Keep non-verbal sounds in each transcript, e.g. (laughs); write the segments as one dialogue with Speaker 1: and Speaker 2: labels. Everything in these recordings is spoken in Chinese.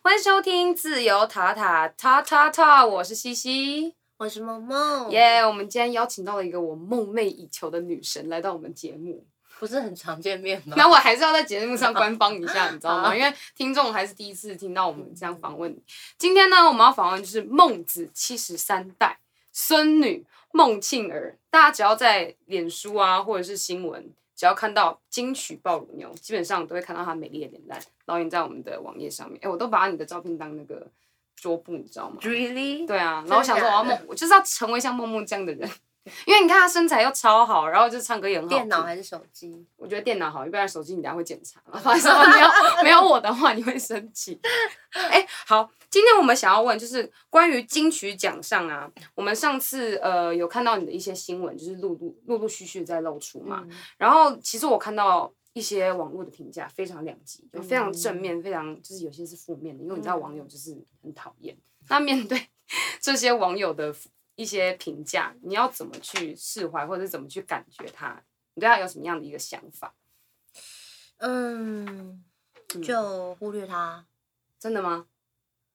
Speaker 1: 欢迎收听自由塔塔塔塔塔，我是西西。
Speaker 2: 我是梦梦，
Speaker 1: 耶、我们今天邀请到了一个我梦寐以求的女神来到我们节目，
Speaker 2: 不是很常见面
Speaker 1: (laughs)
Speaker 2: 吗？
Speaker 1: 那我还是
Speaker 2: (laughs)
Speaker 1: 要在节目上官方一下，你知道吗？
Speaker 2: 好
Speaker 1: 因为听众还是第一次听到我们这样访问你。今天呢，我们要访问就是孟子七十三代孙女孟庆儿。大家只要在脸书啊，或者是新闻，只要看到金曲爆乳妞，基本上都会看到她美丽的脸蛋烙印在我们的网页
Speaker 2: (laughs)
Speaker 1: 上面。哎、我都把你的照片当那个桌布，你知道吗？
Speaker 2: really，
Speaker 1: 对啊，
Speaker 2: 真的
Speaker 1: 然后想说我要
Speaker 2: 假的
Speaker 1: 梦，我就是要成为像梦梦这样的人， (laughs) 因为你看她身材又超好，然后就是唱歌也很好听，
Speaker 2: 电脑还是手机？
Speaker 1: 我觉得电脑好，一般手机你等下会检查， (laughs) 然后发现没有没有我的话，你会生气。哎、好，今天我们想要问就是关于金曲奖上啊，我们上次呃有看到你的一些新闻，就是陆陆陆陆续续在露出嘛。
Speaker 2: 嗯
Speaker 1: 然后其实我看到一些网络的评价非常两极，有非常
Speaker 2: 嗯
Speaker 1: 正面，非常就是有些是负面的，因为你知道
Speaker 2: 嗯
Speaker 1: 网友就是很讨厌。那面对 (laughs) 这些网友的一些评价，你要怎么去释怀，或者怎么去感觉它？你对它有什么样的一个想法？
Speaker 2: 嗯，
Speaker 1: 嗯
Speaker 2: 就忽略它。
Speaker 1: 真的吗？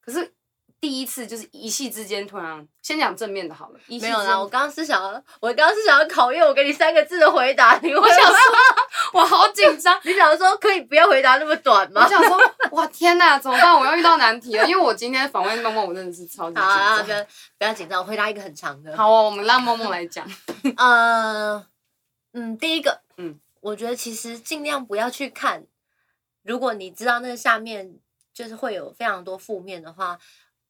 Speaker 1: 可是第一次就是一夕之间突然，先讲正面的好了。 (laughs) 一夕之
Speaker 2: 没有
Speaker 1: 间
Speaker 2: 啦，我刚刚是想要，我刚刚是想要考验我给你三个字的回答，你我
Speaker 1: 我想说，我好紧
Speaker 2: (laughs)
Speaker 1: 张。
Speaker 2: 你想说可以不要回答那么短
Speaker 1: 我
Speaker 2: 吗？
Speaker 1: 想说，哇天哪，怎么办？我要遇到难题了，因为我今天访问梦梦，我真的是超级
Speaker 2: 好
Speaker 1: 紧 (laughs)
Speaker 2: 啊，
Speaker 1: 张
Speaker 2: 不。要不要紧张，我回答一个很长
Speaker 1: (laughs)
Speaker 2: 的。
Speaker 1: 好哦，我们让梦梦来讲。
Speaker 2: (laughs) 呃，嗯，第一个，
Speaker 1: 嗯
Speaker 2: 嗯，我觉得其实尽量不要去看。如果你知道那个下面就是会有非常多负面的话，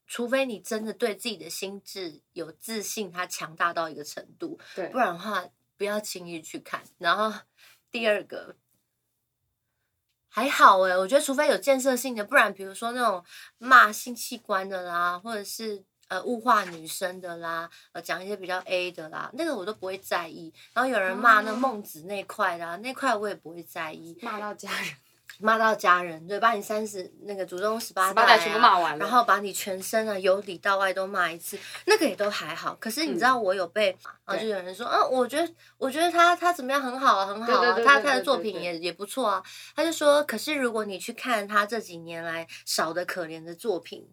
Speaker 2: 除非你真的对自己的心智有自信，它强大到一个程度，
Speaker 1: (laughs) 对
Speaker 2: 不，然的话不要轻易去看。然后第二个。还好诶、我觉得除非有建设性的，不然比如说那种骂性器官的啦，或者是呃物化女生的啦，呃讲一些比较 A 的啦，那个我都不会在意。然后有人骂那
Speaker 1: 哦
Speaker 2: 孟子那块啦，那块我也不会在意，
Speaker 1: 骂到家人，
Speaker 2: 骂到家人，对，把你三十那个祖宗十八
Speaker 1: 十八代
Speaker 2: 啊
Speaker 1: 全部骂完了。
Speaker 2: 然后把你全身啊由里到外都骂一次，那个也都还好。可是你知道我有被、啊，
Speaker 1: 嗯对
Speaker 2: 就有人说，嗯，我觉得我觉得他他怎么样很好啊，很好啊，
Speaker 1: 对对对
Speaker 2: 他
Speaker 1: 对
Speaker 2: 他的
Speaker 1: 对
Speaker 2: 作
Speaker 1: 对
Speaker 2: 品
Speaker 1: 对
Speaker 2: 也也不错啊。他就说，可是如果你去看他这几年来少的可怜的作品，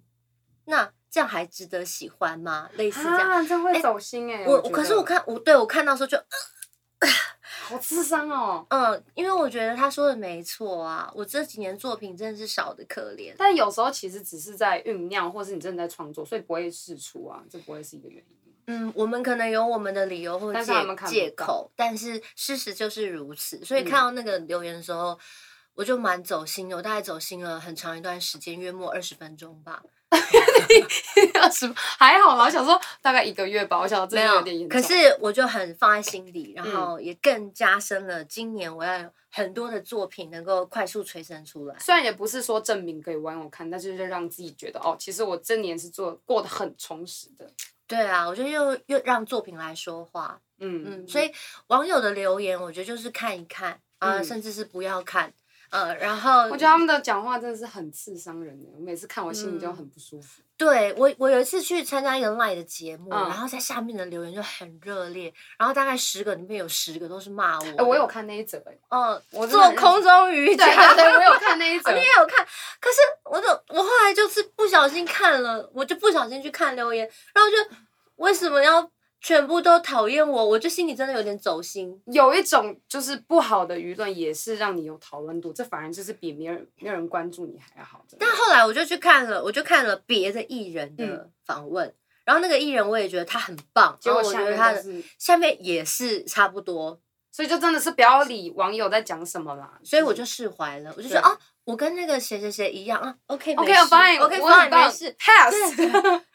Speaker 2: 那这样还值得喜欢吗？类似这样。
Speaker 1: 啊，真会走心哎！
Speaker 2: 我
Speaker 1: 觉得
Speaker 2: 可是我看我对我看到的时候就
Speaker 1: 好智商哦。
Speaker 2: 嗯，因为我觉得他说的没错啊，我这几年作品真的是少的可怜。
Speaker 1: 但有时候其实只是在酝酿，或是你真的在创作，所以不会试出啊，这不会是一个原因。
Speaker 2: 嗯，我们可能有我们的理由或
Speaker 1: 但
Speaker 2: 借
Speaker 1: 是他们看不
Speaker 2: 借
Speaker 1: 到
Speaker 2: 口，但是事实就是如此。所以
Speaker 1: 嗯
Speaker 2: 看到那个留言的时候，我就蛮走心的，我大概走心了很长一段时间，约莫二十分钟吧。
Speaker 1: (laughs) 二十还好啦，我想说大概一个月吧，我想到这
Speaker 2: 没
Speaker 1: 个有
Speaker 2: 有
Speaker 1: 点严，重。嗯
Speaker 2: 可是我就很放在心里，然后也更加深了今年我要有很多的作品能够快速催生出来。
Speaker 1: 虽然也不是说证明给网友看，但是就让自己觉得哦，其实我这年是做过得很充实的。
Speaker 2: 对啊，我觉得又又让作品来说话，
Speaker 1: 嗯
Speaker 2: 嗯，所以网友的留言，我觉得就是看一看啊、
Speaker 1: 嗯
Speaker 2: 甚至是不要看，呃，然后
Speaker 1: 我觉得他们的讲话真的是很刺伤人的，我每次看我心里就很不舒服。
Speaker 2: 对我，我有一次去参加一个 Line 的节目，
Speaker 1: 嗯
Speaker 2: 然后在下面的留言就很热烈，然后大概十个里面有十个都是骂我的。
Speaker 1: 哎、我有看那一则、哎，
Speaker 2: 嗯，
Speaker 1: 我真的
Speaker 2: 做
Speaker 1: 很
Speaker 2: 空中
Speaker 1: (laughs)
Speaker 2: 瑜
Speaker 1: 对啊
Speaker 2: 伽，
Speaker 1: 对对，我有看那一则 (laughs)
Speaker 2: 哦你。也有看，可是我就我后来就是不小心看了，我就不小心去看留言，然后就为什么要全部都讨厌我？我就心里真的有点走心。
Speaker 1: 有一种就是不好的舆论，也是让你有讨论度，这反而就是比没人没有人关注你还要好的。
Speaker 2: 但后来我就去看了，我就看了别的艺人的访问，然后那个艺人我也觉得他很棒，
Speaker 1: 嗯结果
Speaker 2: 哦然后我
Speaker 1: 下
Speaker 2: 觉得
Speaker 1: 面
Speaker 2: 他
Speaker 1: 都
Speaker 2: 的
Speaker 1: 是，
Speaker 2: 下面也是差不多，
Speaker 1: 所以就真的是不要理网友在讲什么啦。
Speaker 2: 所以我就释怀了，我就
Speaker 1: 对
Speaker 2: 说啊，我跟那个谁谁谁一样啊，OK
Speaker 1: 嗯 OK
Speaker 2: 没事
Speaker 1: fine
Speaker 2: OK
Speaker 1: 我很
Speaker 2: fine
Speaker 1: 棒
Speaker 2: 没事。
Speaker 1: pass。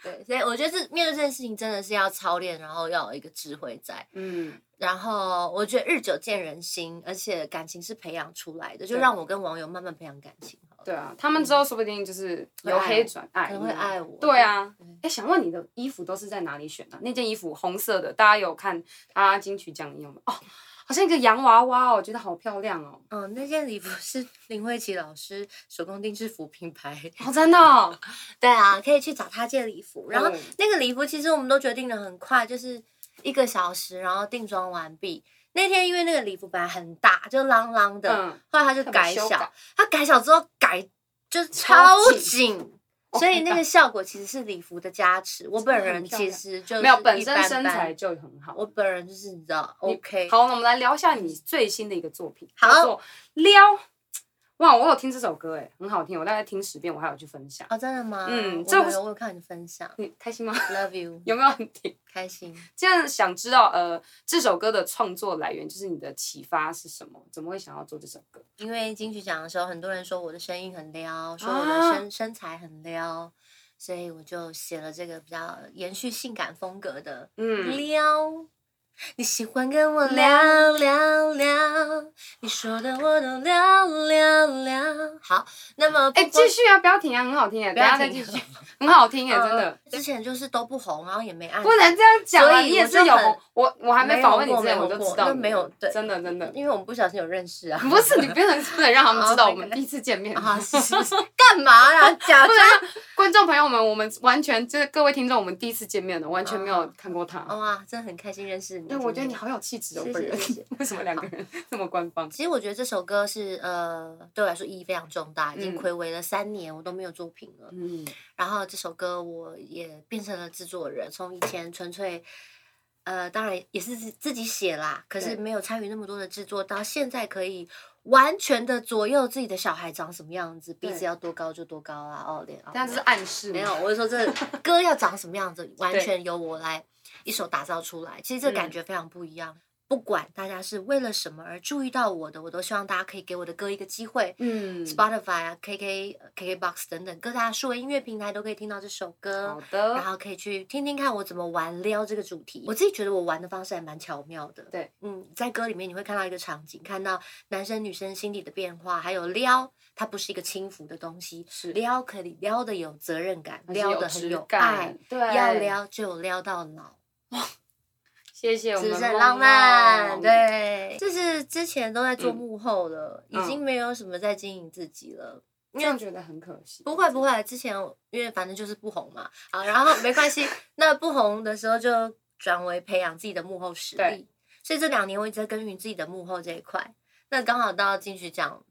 Speaker 2: 对，所以我觉得这面对这件事情真的是要操练，然后要有一个智慧在。
Speaker 1: 嗯，
Speaker 2: 然后我觉得日久见人心，而且感情是培养出来的，就
Speaker 1: 对
Speaker 2: 让我跟网友慢慢培养感情好了。
Speaker 1: 对啊，他们之后说不定就是由黑转爱，
Speaker 2: 可能会爱我。
Speaker 1: 对，啊，哎
Speaker 2: 嗯、
Speaker 1: 想问你的衣服都是在哪里选的、那件衣服红色的，大家有看他金曲奖一样吗？哦，好像一个洋娃娃哦，我觉得好漂亮哦。
Speaker 2: 嗯，那件礼服 (laughs) 是林慧琪老师手工定制服品牌。
Speaker 1: 哦，真的、哦，
Speaker 2: 对啊，可以去找他借礼服。然后
Speaker 1: 嗯
Speaker 2: 那个礼服其实我们都决定的很快，就是一个小时，然后定妆完毕。那天因为那个礼服本来很大，就啷啷的，
Speaker 1: 嗯，
Speaker 2: 后来他就
Speaker 1: 他把
Speaker 2: 改
Speaker 1: 修
Speaker 2: 小，
Speaker 1: 改
Speaker 2: 他改小之后改就
Speaker 1: 超
Speaker 2: 超
Speaker 1: 紧
Speaker 2: 紧，所以那个效果其实是礼服的加持。我本
Speaker 1: 的很
Speaker 2: 人
Speaker 1: 漂
Speaker 2: 其
Speaker 1: 亮
Speaker 2: 实就是
Speaker 1: 没有本
Speaker 2: 一
Speaker 1: 身
Speaker 2: 般
Speaker 1: 身
Speaker 2: 般
Speaker 1: 材，就很好。
Speaker 2: 我本人就是你知道
Speaker 1: 你
Speaker 2: ，OK，
Speaker 1: 好，那我们来聊一下你最新的一个作品，
Speaker 2: 好
Speaker 1: 叫做《撩》。哇，我有听这首歌，哎，很好听，我大概听十遍，我还有去分享。
Speaker 2: 哦，真的吗？
Speaker 1: 嗯
Speaker 2: 我
Speaker 1: 这
Speaker 2: 有
Speaker 1: 是
Speaker 2: 我有看你分享
Speaker 1: 你开心吗？ (laughs)
Speaker 2: ，Love you，
Speaker 1: 有没有很听？
Speaker 2: 开心。
Speaker 1: 这样想知道，呃，这首歌的创作来源，就是你的启发是什么？怎么会想要做这首歌？
Speaker 2: 因为金曲奖的时候，很多人说我的声音很撩，说我
Speaker 1: 啊
Speaker 2: 的身、身材很撩，所以我就写了这个比较延续性感风格的
Speaker 1: 嗯，
Speaker 2: 撩。你喜欢跟我聊聊聊，你说的我都聊聊聊。好，那么不
Speaker 1: 哎、
Speaker 2: 光
Speaker 1: 继续啊，不要停啊，很好听哎，
Speaker 2: 不
Speaker 1: 等一
Speaker 2: 要
Speaker 1: 下再继
Speaker 2: 停
Speaker 1: 续，很好听哎，
Speaker 2: 呃
Speaker 1: 真的。
Speaker 2: 之前就是都不红，然后也没按，
Speaker 1: 不能这样讲啊！
Speaker 2: 所以
Speaker 1: 你也
Speaker 2: 我
Speaker 1: 是
Speaker 2: 就
Speaker 1: 有
Speaker 2: 很
Speaker 1: 红，我我还没
Speaker 2: 没
Speaker 1: 访
Speaker 2: 有
Speaker 1: 问你
Speaker 2: 过
Speaker 1: 之前
Speaker 2: 没
Speaker 1: 我
Speaker 2: 有
Speaker 1: 就
Speaker 2: 过
Speaker 1: 知道
Speaker 2: 那
Speaker 1: 你
Speaker 2: 没有对
Speaker 1: 真的真的
Speaker 2: 因为我们不小心有认识啊。
Speaker 1: (laughs) 不是你不能不能让他们知道
Speaker 2: Oh my
Speaker 1: 我们第一次见面
Speaker 2: 啊，是是是干嘛呀？假
Speaker 1: 不
Speaker 2: 装
Speaker 1: 然观众朋友们，我们完全就是各位听众，我们第一次见面的，完全没有看过他。
Speaker 2: 哇，真的很开心认识你。
Speaker 1: 对，我觉得
Speaker 2: 今
Speaker 1: 你
Speaker 2: 天
Speaker 1: 好有气质哦，
Speaker 2: 谢
Speaker 1: 本
Speaker 2: 谢
Speaker 1: 人
Speaker 2: 谢谢。
Speaker 1: 为什么两个人这么官方？
Speaker 2: 其实我觉得这首歌是呃，对我来说意义非常重大，已经
Speaker 1: 嗯
Speaker 2: 暌违了三年，我都没有作品了。
Speaker 1: 嗯，
Speaker 2: 然后这首歌我也变成了制作人，从以前纯粹。呃，当然也是自自己写啦，可
Speaker 1: 对
Speaker 2: 是没有参与那么多的制作，到现在可以完全的左右自己的小孩长什么样子，鼻
Speaker 1: 对
Speaker 2: 子要多高就多高啊，哦，脸哦
Speaker 1: 但这是暗示
Speaker 2: 没
Speaker 1: 吗
Speaker 2: 有，，我是
Speaker 1: (laughs)
Speaker 2: 说这歌要长什么样子，完
Speaker 1: 对
Speaker 2: 全由我来一手打造出来。其实这感
Speaker 1: 嗯
Speaker 2: 觉非常不一样。不管大家是为了什么而注意到我的，我都希望大家可以给我的歌一个机会。
Speaker 1: 嗯，
Speaker 2: Spotify 啊、KK、KKBox 等等各大数位音乐平台都可以听到这首歌
Speaker 1: 好，
Speaker 2: 然
Speaker 1: 的，
Speaker 2: 后可以去听听看我怎么玩撩这个主题。我自己觉得我玩的方式还蛮巧妙的。
Speaker 1: 对，
Speaker 2: 嗯，在歌里面你会看到一个场景，看到男生女生心理的变化，还有撩，它不是一个轻浮的东西，
Speaker 1: 是
Speaker 2: 撩可以撩的有责任感，
Speaker 1: 还是
Speaker 2: 撩的
Speaker 1: 质
Speaker 2: 很有爱
Speaker 1: 感，，对，
Speaker 2: 要，撩就有撩到脑，
Speaker 1: 谢谢我
Speaker 2: 是
Speaker 1: 们
Speaker 2: 不
Speaker 1: 梦梦，
Speaker 2: 是很浪漫？对，就是之前都在做幕后了，
Speaker 1: 嗯
Speaker 2: 已经没有什么在经营自己了。
Speaker 1: 这样觉得很可惜。
Speaker 2: 不会不会，之前因为反正就是不红嘛，好，然后没关系，那不红的时候就转为培养自己的幕后实力
Speaker 1: 对，
Speaker 2: 所以这两年我一直在耕耘自己的幕后这一块。那刚好到金曲奖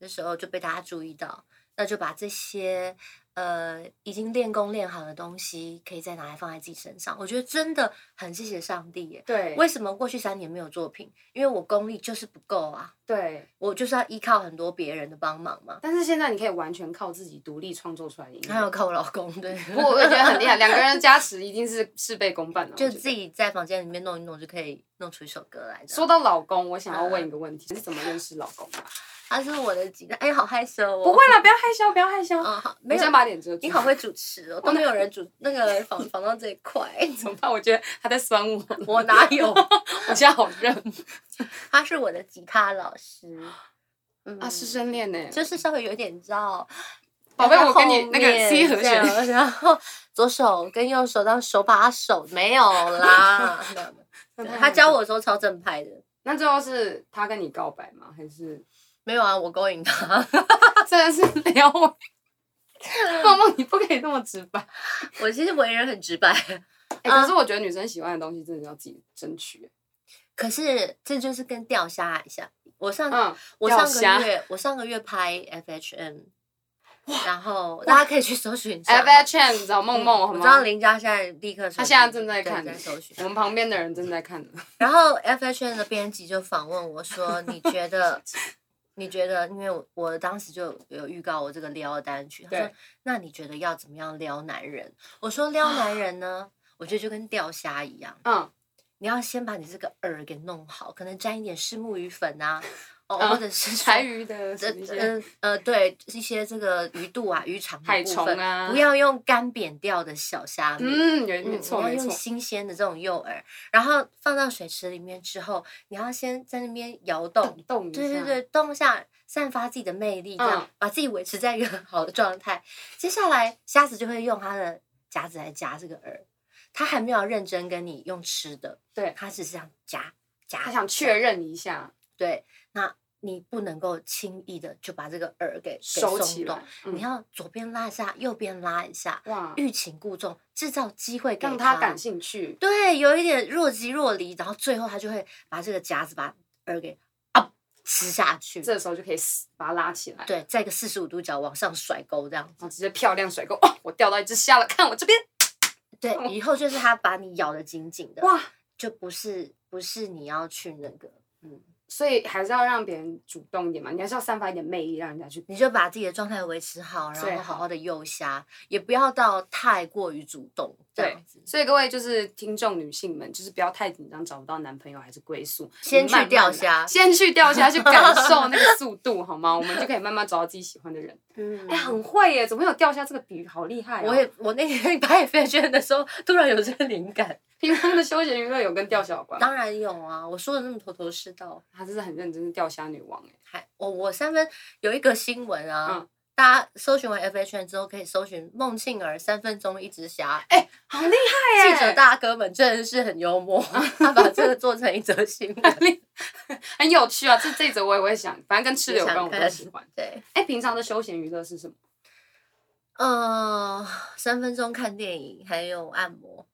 Speaker 2: 的时候就被大家注意到，那就把这些呃已经练功练好的东西，可以再拿来放在自己身上。我觉得真的很谢谢上帝耶！
Speaker 1: 对，
Speaker 2: 为什么过去三年没有作品？因为我功力就是不够啊，
Speaker 1: 对，
Speaker 2: 我就是要依靠很多别人的帮忙嘛。
Speaker 1: 但是现在你可以完全靠自己独立创作出来的音
Speaker 2: 还有
Speaker 1: 乐。
Speaker 2: 靠我老公，对，
Speaker 1: 不过我也觉得很厉害，两个人的加持一定是事倍功半的。
Speaker 2: 就
Speaker 1: 我觉得
Speaker 2: 自己在房间里面弄一弄就可以弄出一首歌来的。
Speaker 1: 说到老公，我想要问一个问
Speaker 2: 嗯
Speaker 1: 题：你是怎么认识老公
Speaker 2: (laughs)
Speaker 1: 的？
Speaker 2: 他是我的吉他，哎，好害羞哦。
Speaker 1: 不会，啦，不要害羞，不要害羞。
Speaker 2: 嗯，好，没
Speaker 1: 你
Speaker 2: 有
Speaker 1: 先，把脸遮住。
Speaker 2: 你好，会主持哦，都没有人主那个访访到这一块，
Speaker 1: (laughs) 怎么办？我觉得他在酸我， (laughs)
Speaker 2: 我哪有？
Speaker 1: 我现在好热
Speaker 2: 他是我的吉他老师，嗯
Speaker 1: 啊！师生恋呢？
Speaker 2: 就是稍微有点你知道，
Speaker 1: 宝贝
Speaker 2: 在
Speaker 1: 我跟你
Speaker 2: 后
Speaker 1: 那个 C
Speaker 2: 面
Speaker 1: 和弦 (laughs)
Speaker 2: 这样然后左手跟右手当手把手，没有
Speaker 1: (laughs)
Speaker 2: 啦。没有没有对他教
Speaker 1: 我，
Speaker 2: 我的时候超正派的，
Speaker 1: 那最后是他跟你告白吗？还是 (laughs)
Speaker 2: 没有啊，我勾引他， (laughs)
Speaker 1: 真的是撩我？梦梦，你不可以那么直白。
Speaker 2: 我其实为人很直白。
Speaker 1: 哎，
Speaker 2: 啊
Speaker 1: 可是我觉得女生喜欢的东西真的要自己争取。
Speaker 2: 可是这就是跟钓虾一下，我上、
Speaker 1: 嗯，
Speaker 2: 我
Speaker 1: 钓
Speaker 2: 上个
Speaker 1: 虾
Speaker 2: 月我上个月拍 FHM，然后大家可以去搜寻一下。嗯
Speaker 1: F H N 找梦梦好
Speaker 2: 啊我知道
Speaker 1: 吗？
Speaker 2: 林佳现在立刻搜寻，
Speaker 1: 她现在正在看
Speaker 2: 对在搜寻
Speaker 1: 我。们旁边的人正在看呢。
Speaker 2: 然后 FHM 的编辑就访问我说：“你
Speaker 1: (laughs)
Speaker 2: 觉得？”你觉得，因为我我当时就有预告我这个撩的单曲，他说
Speaker 1: 对：“
Speaker 2: 那你觉得要怎么样撩男人？”我说：“撩
Speaker 1: 啊
Speaker 2: 男人呢，我觉得就跟钓虾一样，
Speaker 1: 嗯，
Speaker 2: 你要先把你这个饵给弄好，可能沾一点石木鱼粉啊，哦，
Speaker 1: 啊
Speaker 2: 或者是
Speaker 1: 柴
Speaker 2: 说
Speaker 1: 鱼的
Speaker 2: 这
Speaker 1: 什么一些
Speaker 2: 呃呃，对一些这个鱼肚啊、鱼肠
Speaker 1: 海
Speaker 2: 的部
Speaker 1: 虫
Speaker 2: 分，
Speaker 1: 啊
Speaker 2: 不，要用干扁掉的小虾米。
Speaker 1: 嗯，有没
Speaker 2: 嗯
Speaker 1: 错
Speaker 2: 你要
Speaker 1: 没
Speaker 2: 用
Speaker 1: 错，
Speaker 2: 新鲜的这种诱饵，然后放到水池里面之后，你要先在那边摇动，
Speaker 1: 动一下，
Speaker 2: 对对对，动一下，散发自己的魅力，这样、
Speaker 1: 嗯
Speaker 2: 把自己维持在一个好的状态。接下来虾子就会用它的夹子来夹这个饵，它还没有认真跟你用吃的，
Speaker 1: 对
Speaker 2: 它只是想夹夹，
Speaker 1: 他想确认一下，
Speaker 2: 对，那你不能够轻易的就把这个饵给给
Speaker 1: 收
Speaker 2: 松
Speaker 1: 起
Speaker 2: 动
Speaker 1: 来，，嗯
Speaker 2: 你要左边拉一下，右边拉一下，
Speaker 1: 哇，
Speaker 2: 欲擒故纵，制造机会给
Speaker 1: 让他感兴趣，
Speaker 2: 对，有一点若即若离，然后最后他就会把这个夹子把饵给啊吃下去，
Speaker 1: 这时候就可以死把它拉起来，
Speaker 2: 对，在一个四十五度角往上甩钩这样。
Speaker 1: 然后直接漂亮甩钩，哦，我钓到一只虾了，看我这边，
Speaker 2: 对，以后就是它把你咬得紧紧的，
Speaker 1: 哦哇！
Speaker 2: 就不是不是你要去那个，嗯，
Speaker 1: 所以还是要让别人主动一点嘛，你还是要散发一点魅力，让人家去
Speaker 2: 你就把自己的状态维持好，然
Speaker 1: 最
Speaker 2: 后好
Speaker 1: 好
Speaker 2: 好的诱虾，也不要到太过于主动这
Speaker 1: 对
Speaker 2: 样子，，
Speaker 1: 所以各位就是听众女性们，就是不要太紧张，找不到男朋友还是归宿，
Speaker 2: 先
Speaker 1: 你慢慢
Speaker 2: 去钓
Speaker 1: 来
Speaker 2: 虾
Speaker 1: 先去钓虾，去 (laughs) 感受那个速度，好吗？我们就可以慢慢找到自己喜欢的人。
Speaker 2: 嗯
Speaker 1: 哎、很会耶，怎么会有钓虾这个比喻？好厉害、哦！
Speaker 2: 我也我那天拍飞圈的时候，突然有这个灵感。
Speaker 1: 平常的休闲娱乐有跟钓虾有关吗，
Speaker 2: 当然有啊，我说的那么头头是道，
Speaker 1: 她真是很认真的钓虾女王哎。
Speaker 2: 还我我三分有一个新闻啊，
Speaker 1: 嗯
Speaker 2: 大家搜寻完 F H N 之后，可以搜寻孟庆儿三分钟一只虾。
Speaker 1: 好厉害耶！
Speaker 2: (laughs) 记者大哥们真的是很幽 (laughs) 默，他把这个做成一则新 (laughs) 闻。
Speaker 1: 很有趣啊，这这一则我也会想，反正跟吃的有关我
Speaker 2: 你想
Speaker 1: 都
Speaker 2: 看
Speaker 1: 喜欢。
Speaker 2: 对，
Speaker 1: 哎、平常的休闲娱乐是什么？
Speaker 2: 呃，三分钟看电影，还有按摩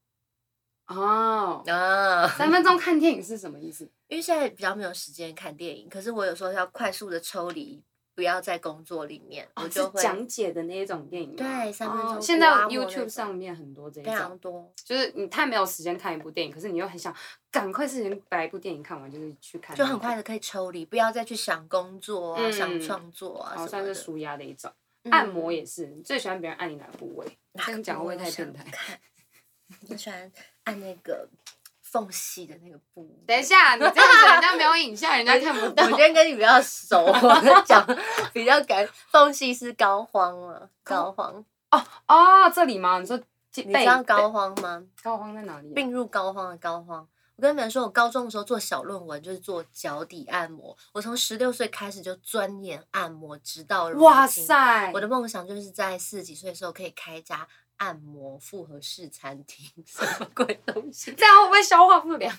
Speaker 1: 哦，
Speaker 2: 啊。
Speaker 1: 三分钟看电影是什么意思？
Speaker 2: 因为现在比较没有时间看电影，可是我有时候要快速的抽离，不要在工作里面，我
Speaker 1: 哦
Speaker 2: 就是会
Speaker 1: 讲解的那一种电影吗。
Speaker 2: 对三分钟
Speaker 1: 哦现在
Speaker 2: 古阿莫那
Speaker 1: YouTube
Speaker 2: 种
Speaker 1: 上面很多这一
Speaker 2: 非
Speaker 1: 种，
Speaker 2: 常多。
Speaker 1: 就是你太没有时间看一部电影，可是你又很想赶快事情把一部电影看完，就是去看，
Speaker 2: 就很快。的可以抽离，不要再去想工作啊、
Speaker 1: 嗯
Speaker 2: 想创作啊什
Speaker 1: 哦，
Speaker 2: 么的。
Speaker 1: 算是舒压的一种。
Speaker 2: 嗯
Speaker 1: 按摩也是，你最喜欢别人按你哪个部位？
Speaker 2: 哪
Speaker 1: 这样
Speaker 2: 个
Speaker 1: 讲
Speaker 2: 部
Speaker 1: 会
Speaker 2: 位
Speaker 1: 不会太
Speaker 2: 想
Speaker 1: 变态。
Speaker 2: 看？我喜欢按那个缝隙的那个部位。
Speaker 1: 等一，下，你这样子人家没有影像，人 (laughs) 家看不
Speaker 2: 我
Speaker 1: 到。
Speaker 2: 今天跟你比较
Speaker 1: (laughs)
Speaker 2: 熟，我在讲比较感缝隙是膏肓了，
Speaker 1: 膏
Speaker 2: 膏肓，
Speaker 1: 哦，这里吗？你说
Speaker 2: 你
Speaker 1: 背
Speaker 2: 知道膏
Speaker 1: 高
Speaker 2: 肓吗？
Speaker 1: 高肓在哪里啊？
Speaker 2: 病入膏肓的膏肓。我跟你们说，我高中的时候做小论文就是做脚底按摩，我从十六岁开始就钻研按摩，直到如
Speaker 1: 哇
Speaker 2: 今
Speaker 1: 塞！
Speaker 2: 我的梦想就是在四十几岁的时候可以开一家按摩复合式餐厅，什么鬼东西？
Speaker 1: 这样会不会消化不良？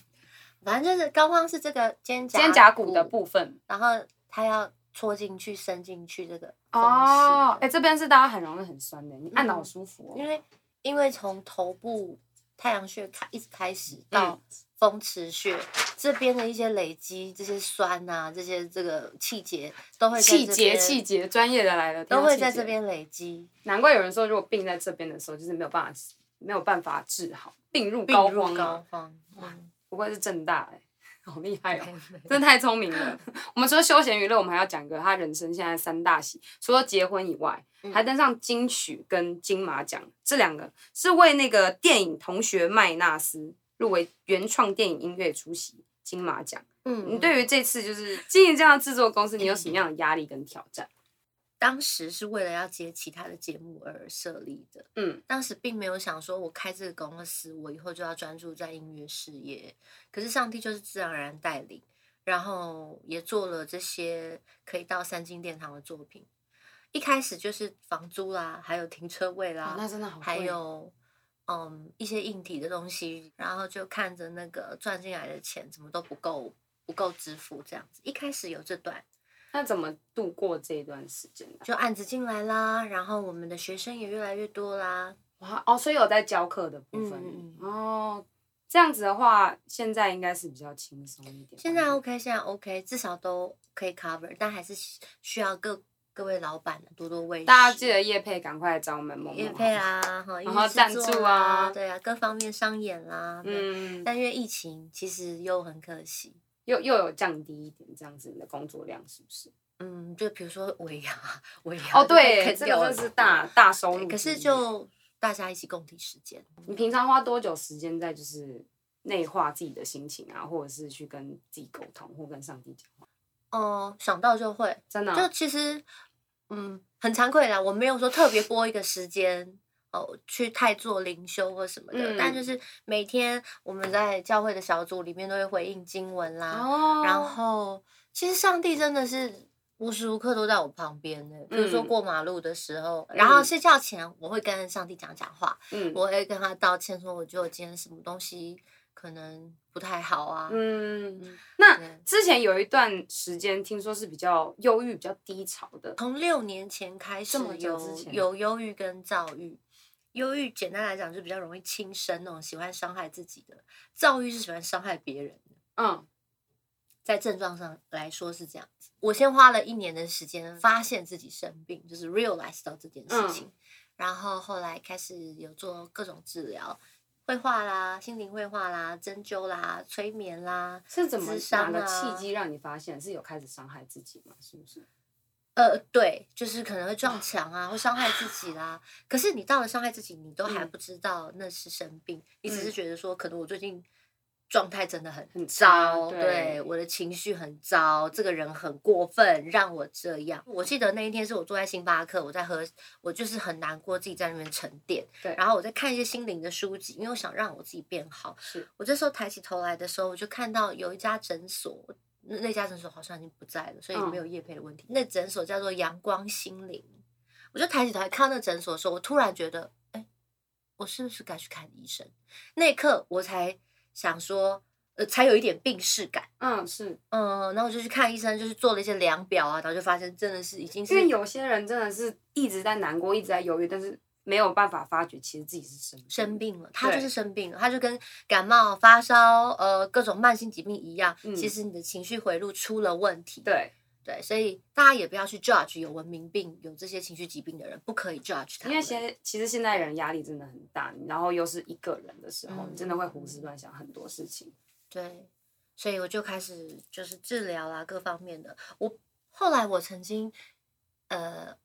Speaker 2: 反正就是高肓是这个肩胛
Speaker 1: 肩胛骨的，部分。
Speaker 2: 然后它要戳进去、伸进去这个缝
Speaker 1: 哦，哎、
Speaker 2: 隙的
Speaker 1: 这边是大家很容易很酸的，你按的好舒服哦。
Speaker 2: 因为因为从头部太阳穴开一直开始
Speaker 1: 嗯
Speaker 2: 到风池穴、这边的一些累积，这些酸啊，这些这个气节都会在
Speaker 1: 气
Speaker 2: 这
Speaker 1: 节
Speaker 2: 边
Speaker 1: 气节，专业的来了，
Speaker 2: 都会
Speaker 1: 听到
Speaker 2: 在这
Speaker 1: 气节。
Speaker 2: 边累积。
Speaker 1: 难怪有人说，如果病在这边的时候，就是没有办法没有办法治好，病入
Speaker 2: 病
Speaker 1: 膏
Speaker 2: 入
Speaker 1: 肓啊
Speaker 2: 膏。肓，嗯，
Speaker 1: 不愧是正大哎、 (laughs) 好厉害 (laughs) 哦！
Speaker 2: 对
Speaker 1: 真的太聪明了。我们除了休闲娱乐，我们还要讲一个他人生现在三大喜，除了结婚以外，
Speaker 2: 嗯
Speaker 1: 还登上金曲跟金马奖，这两个是为那个电影《同学麦纳斯》入围原创电影音乐出席金马奖。
Speaker 2: 嗯
Speaker 1: 你
Speaker 2: 嗯
Speaker 1: 对于这次就是经营这样的制作公司，你有什么样的压力跟挑战？
Speaker 2: 当时是为了要接其他的节目而设立的，
Speaker 1: 嗯，
Speaker 2: 当时并没有想说我开这个公司，我以后就要专注在音乐事业。可是上帝就是自然而然带领，然后也做了这些可以到三金殿堂的作品。一开始就是房租啦，还有停车位啦，
Speaker 1: 啊，那真的好贵，
Speaker 2: 还有嗯一些硬体的东西，然后就看着那个赚进来的钱怎么都不够，不够支付这样子。一开始有这段，
Speaker 1: 那怎么度过这一段时间的、
Speaker 2: 就案子进来啦，然后我们的学生也越来越多啦。
Speaker 1: 哇哦，所以有在教课的部分、
Speaker 2: 嗯嗯
Speaker 1: 哦。这样子的话，现在应该是比较轻松一点。
Speaker 2: 现在 OK，现在 OK，至少都可以 cover，但还是需需要各各位老板多多喂食。
Speaker 1: 大家记得叶佩赶快来找我们萌萌。
Speaker 2: 业配，啊，哈，音
Speaker 1: 然
Speaker 2: 乐
Speaker 1: 后
Speaker 2: 制
Speaker 1: 赞
Speaker 2: 作
Speaker 1: 助
Speaker 2: 啦
Speaker 1: 啊
Speaker 2: 对啊，各方面商演啦。嗯，
Speaker 1: 嗯，
Speaker 2: 但因为疫情，其实又很可惜。
Speaker 1: 又又有降低一点这样子你的工作量，是不是？
Speaker 2: 嗯，就比如说尾牙，尾牙
Speaker 1: 哦，
Speaker 2: 就被
Speaker 1: 对，
Speaker 2: 砍
Speaker 1: 这
Speaker 2: 掉
Speaker 1: 个
Speaker 2: 了
Speaker 1: 真是大大收
Speaker 2: 对
Speaker 1: 入。
Speaker 2: 可是，就大家一起共体时间。
Speaker 1: 你平常花多久时间在就是内化自己的心情啊，或者是去跟自己沟通，或跟上帝讲话？
Speaker 2: 哦，想到就会，
Speaker 1: 真的啊、
Speaker 2: 就其实，嗯，很惭愧啦，我没有说特别播一个时间哦，去太做灵修或什么的，
Speaker 1: 嗯
Speaker 2: 但就是每天我们在教会的小组里面都会回应经文啦，
Speaker 1: 哦，
Speaker 2: 啊然后其实上帝真的是。无时无刻都在我旁边呢，比如说
Speaker 1: 嗯
Speaker 2: 过马路的时候，然后
Speaker 1: 嗯
Speaker 2: 睡觉前我会跟上帝讲讲话，
Speaker 1: 嗯
Speaker 2: 我会跟他道歉，说我觉得我今天什么东西可能不太好啊，
Speaker 1: 嗯
Speaker 2: 嗯，
Speaker 1: 那
Speaker 2: 对
Speaker 1: 之前有一段时间听说是比较忧郁、比较低潮的，
Speaker 2: 从六年前开始
Speaker 1: 这么久之
Speaker 2: 有
Speaker 1: 前
Speaker 2: 有忧郁跟躁郁。忧郁简单来讲就比较容易轻生那种，喜欢伤害自己的；躁郁是喜欢伤害别人的。
Speaker 1: 嗯，
Speaker 2: 在症状上来说是这样子。我先花了一年的时间发现自己生病，就是 realize 到这件事
Speaker 1: 嗯
Speaker 2: 情，然后后来开始有做各种治疗，绘画啦、心灵绘画啦、针灸啦、催眠啦，
Speaker 1: 是怎么
Speaker 2: 智商
Speaker 1: 哪
Speaker 2: 啊
Speaker 1: 个契机让你发现是有开始伤害自己吗？是不是？
Speaker 2: 呃，对，就是可能会撞墙啊，会伤害自己啦。可是你到了伤害自己，你都还
Speaker 1: 嗯
Speaker 2: 不知道那是生病，你
Speaker 1: 嗯
Speaker 2: 只是觉得说，可能我最近状态真的很
Speaker 1: 很差
Speaker 2: 糟，对
Speaker 1: 对
Speaker 2: 我的情绪很糟，这个人很过分，让我这样。我记得那一天是我坐在星巴克，我在喝，我就是很难过，自己在那边沉淀。
Speaker 1: 对
Speaker 2: 然后我在看一些心灵的书籍，因为我想让我自己变好。
Speaker 1: 是
Speaker 2: 我这时候抬起头来的时候，我就看到有一家诊所，那那家诊所好像已经不在了，所以
Speaker 1: 嗯
Speaker 2: 没有业配的问题。那诊所叫做阳光心灵，我就抬起头来看到那诊所的时候，我突然觉得，哎，我是不是该去看医生？那一刻我才想说，呃，才有一点病逝感。
Speaker 1: 嗯是，
Speaker 2: 嗯，然后我就去看医生，就是做了一些量表啊，然后就发现真的是已经是
Speaker 1: 因为有些人真的是一直在难过，一直在忧郁，但是没有办法发觉其实自己是生病
Speaker 2: 生病了，他就
Speaker 1: 对
Speaker 2: 是生病了，他就跟感冒、发烧、呃各种慢性疾病一样，
Speaker 1: 嗯
Speaker 2: 其实你的情绪回路出了问题。
Speaker 1: 对，
Speaker 2: 对，所以大家也不要去 judge 有文明病、有这些情绪疾病的人，不可以 judge 他
Speaker 1: 因
Speaker 2: 们。
Speaker 1: 为现在其实现在人压力真的很大，然后又是一个人的时候，
Speaker 2: 嗯
Speaker 1: 你真的会胡思乱想很多事情。
Speaker 2: 对，所以我就开始就是治疗啦，各方面的。我后来我曾经呃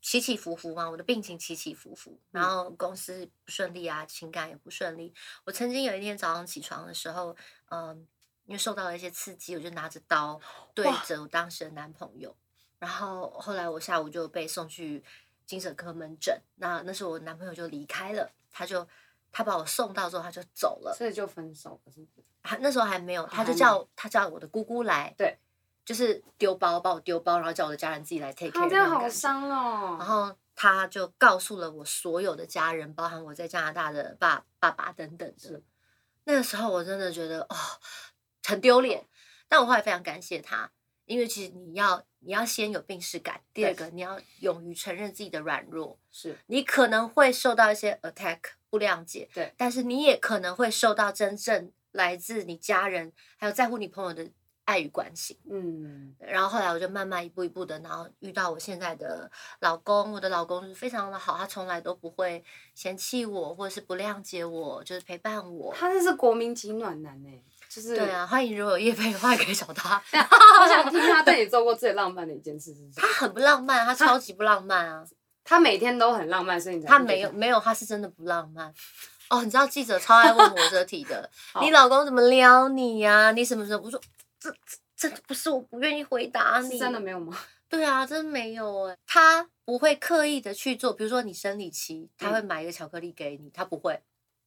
Speaker 2: 起起伏伏嘛，我的病情起起伏伏，然
Speaker 1: 嗯
Speaker 2: 后公司不顺利啊，情感也不顺利。我曾经有一天早上起床的时候，嗯、因为受到了一些刺激，我就拿着刀对
Speaker 1: 哇
Speaker 2: 着我当时的男朋友，然后后来我下午就被送去精神科门诊。那那时候我男朋友就离开了，他就他把我送到之后他就走了。
Speaker 1: 所以就分手了，是不是？
Speaker 2: 还那时候还没有，他
Speaker 1: 还
Speaker 2: 就
Speaker 1: 没
Speaker 2: 叫他叫我的姑姑来，
Speaker 1: 对，
Speaker 2: 就是丢包把我丢包，然后叫我的家人自己来 take care，、
Speaker 1: 啊，这样好。伤
Speaker 2: 然
Speaker 1: 哦。
Speaker 2: 后他就告诉了我所有的家人，包含我在加拿大的爸爸爸等等的
Speaker 1: 是。
Speaker 2: 那个时候我真的觉得哦，很丢脸，但我后来非常感谢他，因为其实你要你要先有病耻感，第二个你要勇于承认自己的软弱，
Speaker 1: 是，
Speaker 2: 你可能会受到一些 attack 不谅解，
Speaker 1: 对，
Speaker 2: 但是你也可能会受到真正来自你家人还有在乎你朋友的爱与关心。
Speaker 1: 嗯，
Speaker 2: 然后后来我就慢慢一步一步的，然后遇到我现在的老公，我的老公是非常的好，他从来都不会嫌弃我或者是不谅解我，就是陪伴我。
Speaker 1: 他这是国民级暖男呢、就是
Speaker 2: 对，啊，欢迎如果有夜配的话可以找他，
Speaker 1: 我想听他对你做过最浪漫的一件事是什
Speaker 2: 他
Speaker 1: 么？
Speaker 2: 很不浪漫，他超级不浪漫啊。
Speaker 1: 他每天都很浪漫，所以你才
Speaker 2: 他
Speaker 1: 会
Speaker 2: 没
Speaker 1: 觉
Speaker 2: 有
Speaker 1: 得
Speaker 2: 没有，他是真的不浪漫。哦，你知道记者超爱问我这题
Speaker 1: (laughs)
Speaker 2: 的
Speaker 1: 好，
Speaker 2: 你老公怎么撩你呀、你什么时候？我说这这真的不是我不愿意回答
Speaker 1: 是
Speaker 2: 你，
Speaker 1: 真的没有吗？
Speaker 2: 对啊，真没有哎、他不会刻意的去做，比如说你生理期，他
Speaker 1: 嗯
Speaker 2: 会买一个巧克力给你，他不会。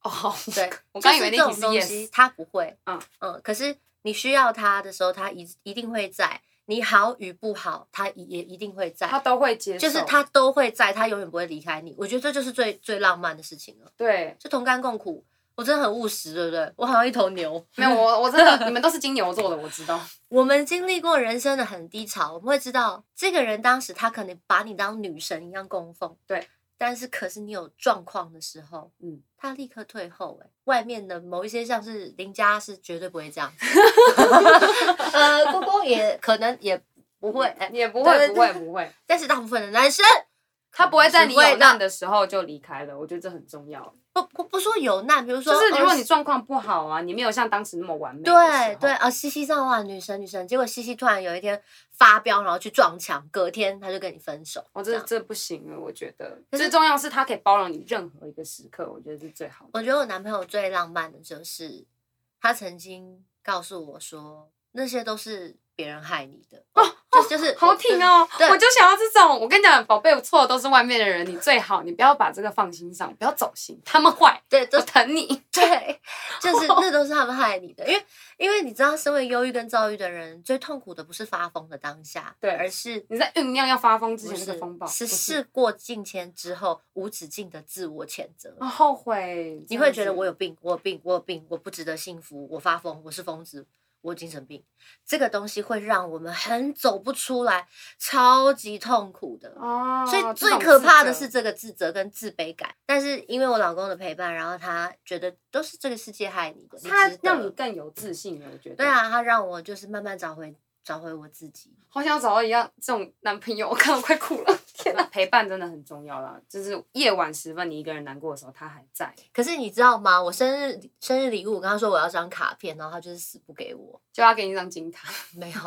Speaker 1: 哦，
Speaker 2: (laughs)
Speaker 1: 好
Speaker 2: 对，
Speaker 1: (laughs) 我
Speaker 2: 就
Speaker 1: 刚
Speaker 2: 是
Speaker 1: 以为
Speaker 2: 这
Speaker 1: 那
Speaker 2: 种
Speaker 1: 题是
Speaker 2: 东
Speaker 1: yes，
Speaker 2: 西他不会。
Speaker 1: 嗯
Speaker 2: 嗯，可是你需要他的时候，他一一定会在。你好与不好，他也一定会在。
Speaker 1: 他都会接受，
Speaker 2: 就是他都会在，他永远不会离开你。我觉得这就是最最浪漫的事情了，
Speaker 1: 对。
Speaker 2: 就同甘共苦。我真的很务实，对不对？我好像一头牛。
Speaker 1: 没有我，我真的，你们都是金牛座的，我知道。 (laughs)
Speaker 2: 我们经历过人生的很低潮，我们会知道这个人当时他可能把你当女神一样供奉，
Speaker 1: 对。
Speaker 2: 但是可是你有状况的时候，
Speaker 1: 嗯，
Speaker 2: 他立刻退后、欸。外面的某一些像是邻家是绝对不会这样，
Speaker 1: (laughs)
Speaker 2: 呃，公公也可能也不会，哎、
Speaker 1: 也不
Speaker 2: 对
Speaker 1: 会，
Speaker 2: 对
Speaker 1: 不会，
Speaker 2: 对
Speaker 1: 不
Speaker 2: (laughs)
Speaker 1: 会，
Speaker 2: 但是大部分的男生
Speaker 1: 他不会在你
Speaker 2: 是会
Speaker 1: 有难
Speaker 2: 的
Speaker 1: 的时候就离开了，我觉得这很重要。
Speaker 2: 不不不说有难，比如说
Speaker 1: 就是如果
Speaker 2: 呃
Speaker 1: 你状况不好啊，你没有像当时那么完美的时
Speaker 2: 对
Speaker 1: 候，
Speaker 2: 对啊，西西上哇，女神女神，结果西西突然有一天发飙，然后去撞墙，隔天他就跟你分手。
Speaker 1: 哦，
Speaker 2: 这
Speaker 1: 这
Speaker 2: 样
Speaker 1: 这不行了，我觉得
Speaker 2: 可是
Speaker 1: 最重要是他可以包容你任何一个时刻，我觉得是最好的。
Speaker 2: 我觉得我男朋友最浪漫的就是他曾经告诉我说，那些都是别人害你的，哦，就就是
Speaker 1: 好挺，哦
Speaker 2: 对，
Speaker 1: 我就想要这种。我跟你讲，宝贝，我错的都是外面的人，你最好你不要把这个放心上，不要走心，他们坏，
Speaker 2: 对，
Speaker 1: 我
Speaker 2: 都
Speaker 1: 疼你。
Speaker 2: 对，就是
Speaker 1: (laughs)
Speaker 2: 那都是他们害你的，因为因为你知道，身为忧郁跟躁郁的人，最痛苦的不是发疯的当下，
Speaker 1: 对
Speaker 2: 而是。
Speaker 1: 你在酝酿要发疯之
Speaker 2: 不
Speaker 1: 前那
Speaker 2: 是
Speaker 1: 个风暴，
Speaker 2: 是
Speaker 1: 不
Speaker 2: 事过境迁之后无止境的自我谴责，
Speaker 1: 啊，后悔，
Speaker 2: 你会觉得我
Speaker 1: 有
Speaker 2: 有病，我有病，我有病，我不值得幸福，我发疯，我是疯子，我有精神病，这个东西会让我们很走不出来，超级痛苦的。
Speaker 1: 哦
Speaker 2: 所以最可怕的是这个自责跟自卑感。但是因为我老公的陪伴，然后他觉得都是这个世界害你的，你
Speaker 1: 他
Speaker 2: 值得
Speaker 1: 让你更有自信了，我觉得。
Speaker 2: 对，啊，他让我就是慢慢找回找回我自己。
Speaker 1: 好想找到一样这种男朋友，我 (laughs) 看到快哭了。天哪，陪伴真的很重要啦，就是夜晚时分你一个人难过的时候，他还在。
Speaker 2: 可是你知道吗？我生日生日礼物，我跟他说我要张卡片，然后他就是死不给我。
Speaker 1: 就要给你一张金卡，
Speaker 2: 没有，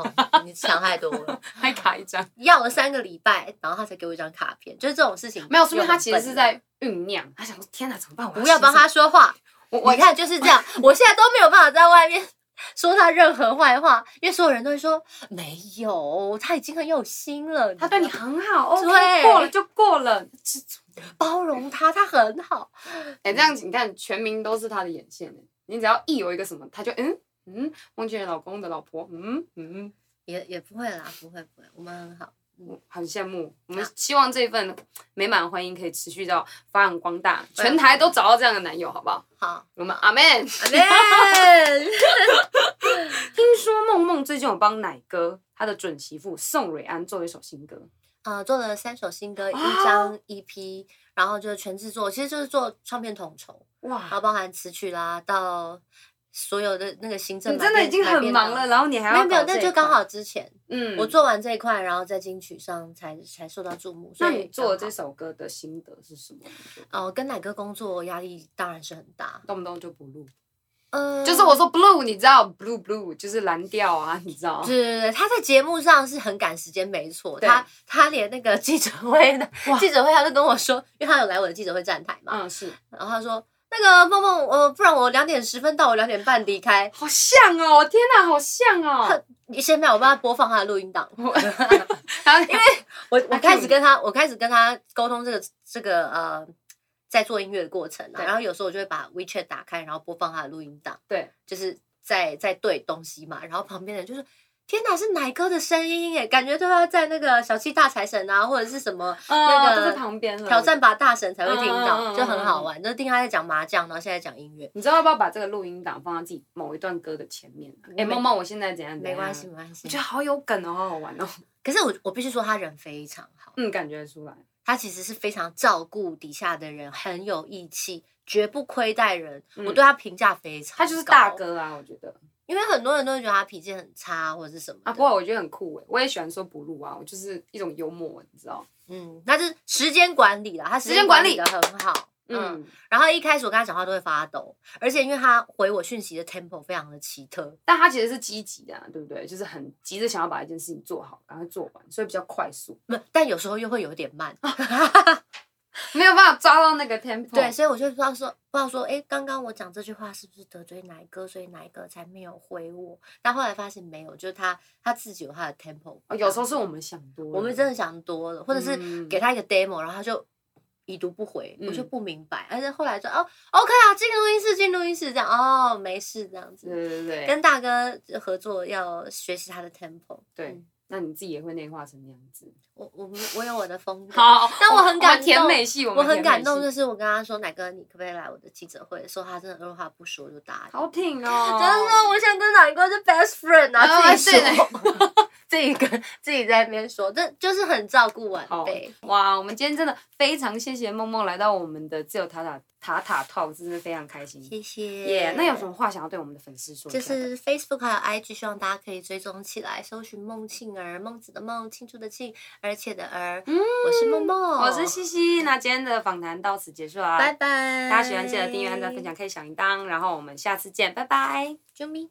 Speaker 2: 你想太多了。
Speaker 1: 还卡一张。
Speaker 2: 要了三个礼拜，然后他才给我一张卡片，就是这种事情。
Speaker 1: 没有，说啊明他其实是
Speaker 2: 有
Speaker 1: 在
Speaker 2: 点
Speaker 1: 酝酿。他想说：“天哪，怎么办？我
Speaker 2: 笨不要帮
Speaker 1: 写什
Speaker 2: 他说话。
Speaker 1: 么，我
Speaker 2: 你
Speaker 1: 我
Speaker 2: 看就
Speaker 1: (laughs)
Speaker 2: 是这样，我现在都没有办法在外面说他任何坏话，因为所有人都会说没有，他已经很有心了，
Speaker 1: 他对你
Speaker 2: 知道
Speaker 1: 很好，OK，
Speaker 2: 对
Speaker 1: 过了就过了。
Speaker 2: 吗包容他，他
Speaker 1: (laughs)
Speaker 2: 很好。
Speaker 1: 哎、这样子你看，全民都是他的眼线哎。你只要一有一个什么，他就嗯嗯，忘记了老公的老婆，嗯嗯，
Speaker 2: 也也不会啦，不会不会，我们很好。
Speaker 1: 我很羡慕。我们希望这份美满的婚姻可以持续到发扬光大，
Speaker 2: 发扬
Speaker 1: 全台都找到这样的男友，好不好？
Speaker 2: 好，
Speaker 1: 我们阿妹，
Speaker 2: 阿妹
Speaker 1: (laughs) 听说梦梦最近有帮奶哥他的准媳妇宋蕊安做了一首新歌，
Speaker 2: (laughs) 呃，做了三首新歌，一
Speaker 1: 啊
Speaker 2: 张 EP，然后就是全制作，其实就是做唱片统筹，然后
Speaker 1: 哇，
Speaker 2: 包含词曲啦，到所有的那个行政
Speaker 1: 你
Speaker 2: 买
Speaker 1: 真
Speaker 2: 编。
Speaker 1: 的已经
Speaker 2: 买
Speaker 1: 很
Speaker 2: 编
Speaker 1: 忙
Speaker 2: 档
Speaker 1: 了，然后你还要
Speaker 2: 没有没有，
Speaker 1: 搞这
Speaker 2: 那
Speaker 1: 一
Speaker 2: 就刚
Speaker 1: 块，
Speaker 2: 好之前、
Speaker 1: 嗯，
Speaker 2: 我做完这一块，然后在金曲上才才受到注目。所
Speaker 1: 那
Speaker 2: 以
Speaker 1: 你做了
Speaker 2: 刚
Speaker 1: 这
Speaker 2: 好
Speaker 1: 首歌的心得是什么？你觉得
Speaker 2: 呃，跟奶哥工作压力当然是很大。
Speaker 1: 动不动就不录，
Speaker 2: 呃，
Speaker 1: 就是我说 blue，你知道 blue blue 就是蓝调啊，你知道
Speaker 2: 对。对对对，他在节目上是很赶时间，没错。
Speaker 1: 对
Speaker 2: 他他连那个记者会的
Speaker 1: 哇
Speaker 2: 记者会，他就跟我说，因为他有来我的记者会站台嘛，
Speaker 1: 嗯，是，
Speaker 2: 然后他说那个梦梦，呃，不然我两点十分到，我两点半离开。
Speaker 1: 好像哦，我天哪，好像哦。
Speaker 2: 你现在我帮他播放他的录音档，
Speaker 1: 然后因为
Speaker 2: 我我
Speaker 1: 啊
Speaker 2: 开
Speaker 1: 可以
Speaker 2: 始跟他，我开始跟他沟通这个这个呃，在做音乐的过程啊，
Speaker 1: 对
Speaker 2: 然后有时候我就会把 WeChat 打开，然后播放他的录音档，
Speaker 1: 对，
Speaker 2: 就是在在对东西嘛，然后旁边的人就说。天哪，是奶哥的声音耶！感觉都要在那个小气大财神啊，或者是什么
Speaker 1: 那
Speaker 2: 那
Speaker 1: 个
Speaker 2: 个
Speaker 1: 呃在旁边了。
Speaker 2: 挑战吧大神才会听
Speaker 1: 嗯嗯嗯嗯
Speaker 2: 到，
Speaker 1: 嗯
Speaker 2: 就很好玩。就听他在讲麻将，然后现在讲音乐，
Speaker 1: 你知道要不要把这个录音档放到自己某一段歌的前面啊？哎，
Speaker 2: 没
Speaker 1: 梦梦，我现在怎样？
Speaker 2: 没关系，
Speaker 1: 怎样，
Speaker 2: 没关系
Speaker 1: 啊我觉。得好有梗哦，好好玩哦。
Speaker 2: 可是我我必须说，他人非常好。
Speaker 1: 嗯，感觉得出来。
Speaker 2: 他其实是非常照顾底下的人，很有义气，绝不亏待人。
Speaker 1: 嗯
Speaker 2: 我对他评价非常，
Speaker 1: 他就是大，哥啊，我觉得
Speaker 2: 因为很多人都会觉得他脾气很差或者是什么
Speaker 1: 啊，不
Speaker 2: 的
Speaker 1: 过我觉得很酷哎，我也喜欢说不录啊，我就是一种幽默，你知道？
Speaker 2: 嗯，那就是时间管理啦，他时
Speaker 1: 间
Speaker 2: 间
Speaker 1: 管
Speaker 2: 管
Speaker 1: 理
Speaker 2: 理的很好，嗯。
Speaker 1: 嗯，
Speaker 2: 然后一开始我跟他讲话都会发抖，而且因为他回我讯息的 tempo 非常的奇特，
Speaker 1: 但他其实是积极的、啊，对不对？就是很急着想要把一件事情做好，赶快做完，所以比较快速，
Speaker 2: 不，但有时候又会有点慢，
Speaker 1: 哦没有办法抓到那个 tempo。
Speaker 2: 对，，所以我就不知道说，不知道说，哎，刚刚我讲这句话是不是得罪哪一个，所以哪一个才没有回我？但后来发现没有，就是他他自己有他的 tempo，
Speaker 1: 哦、有时候是我们想多了，
Speaker 2: 我们真的想多了，或者是
Speaker 1: 嗯
Speaker 2: 给他一个 demo，然后他就已读不回，
Speaker 1: 嗯
Speaker 2: 我就不明白。但是后来就哦，OK 啊，进录音室，进录音室，这样哦，没事这样
Speaker 1: 对
Speaker 2: 子。
Speaker 1: 对对对。
Speaker 2: 跟大哥合作要学习他的 tempo，
Speaker 1: 对
Speaker 2: 嗯
Speaker 1: 那你自己也会内化成那样子。
Speaker 2: 我我们我有我的风格。
Speaker 1: 好，
Speaker 2: 但我很感
Speaker 1: 们甜
Speaker 2: 动
Speaker 1: 美系，我
Speaker 2: 我
Speaker 1: 们
Speaker 2: 很
Speaker 1: 甜美
Speaker 2: 感动，
Speaker 1: 系
Speaker 2: 就是我跟他说，奶哥，你可不可以来我的记者会？的时候，他真的二话不说就答应。
Speaker 1: 好挺哦，
Speaker 2: 真的，我想跟奶哥是 best friend
Speaker 1: 啊
Speaker 2: 啊，自己说，
Speaker 1: (laughs)
Speaker 2: 自己跟自己在那边说，这就是很照顾晚
Speaker 1: 好
Speaker 2: 辈。
Speaker 1: 哇！我们今天真的非常谢谢梦梦来到我们的自由塔塔塔塔 talk，真的非常开心。
Speaker 2: 谢谢。
Speaker 1: 耶那有什么话想要对我们的粉丝说一下
Speaker 2: 就
Speaker 1: 的？
Speaker 2: 是 Facebook 还有 IG，希望大家可以追踪起来，搜寻孟庆儿，孟子的孟，庆祝的庆，而且的儿。
Speaker 1: 嗯
Speaker 2: 我是梦梦，
Speaker 1: 我是西西，那今天的访谈到此结束啊啦，
Speaker 2: 哦拜拜。
Speaker 1: 大家喜欢记得订阅、按赞、分享，，开小铃铛，然后我们下次见，拜拜。
Speaker 2: 啾咪。